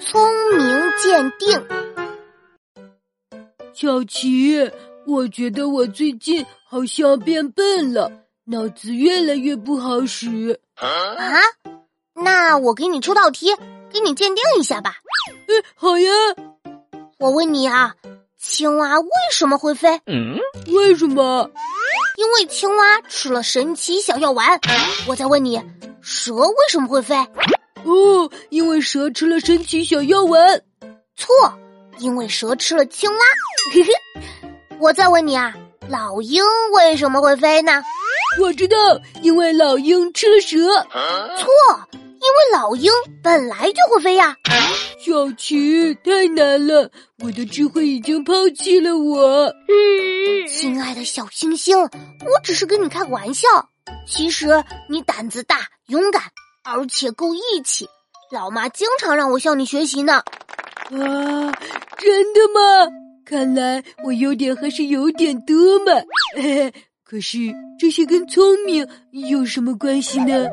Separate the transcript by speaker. Speaker 1: 聪明鉴定。
Speaker 2: 小琪，我觉得我最近好像变笨了，脑子越来越不好使。
Speaker 1: 啊？那我给你出道题，给你鉴定一下吧。
Speaker 2: 哎，好呀。
Speaker 1: 我问你啊，青蛙为什么会飞？
Speaker 3: 嗯，
Speaker 2: 为什么？
Speaker 1: 因为青蛙吃了神奇小药丸。我再问你，蛇为什么会飞？
Speaker 2: 哦，因为蛇吃了神奇小药丸。
Speaker 1: 错，因为蛇吃了青蛙。 嘿嘿，我再问你啊，老鹰为什么会飞呢？
Speaker 2: 我知道，因为老鹰吃了蛇。
Speaker 1: 错，因为老鹰本来就会飞呀。
Speaker 2: 小琪，太难了，我的智慧已经抛弃了我。
Speaker 1: 亲爱的小星星，我只是跟你开个玩笑。其实你胆子大、勇敢，而且够义气。老妈经常让我向你学习呢。
Speaker 2: 啊，真的吗？看来我优点还是有点多嘛。嘿嘿，可是这些跟聪明有什么关系呢？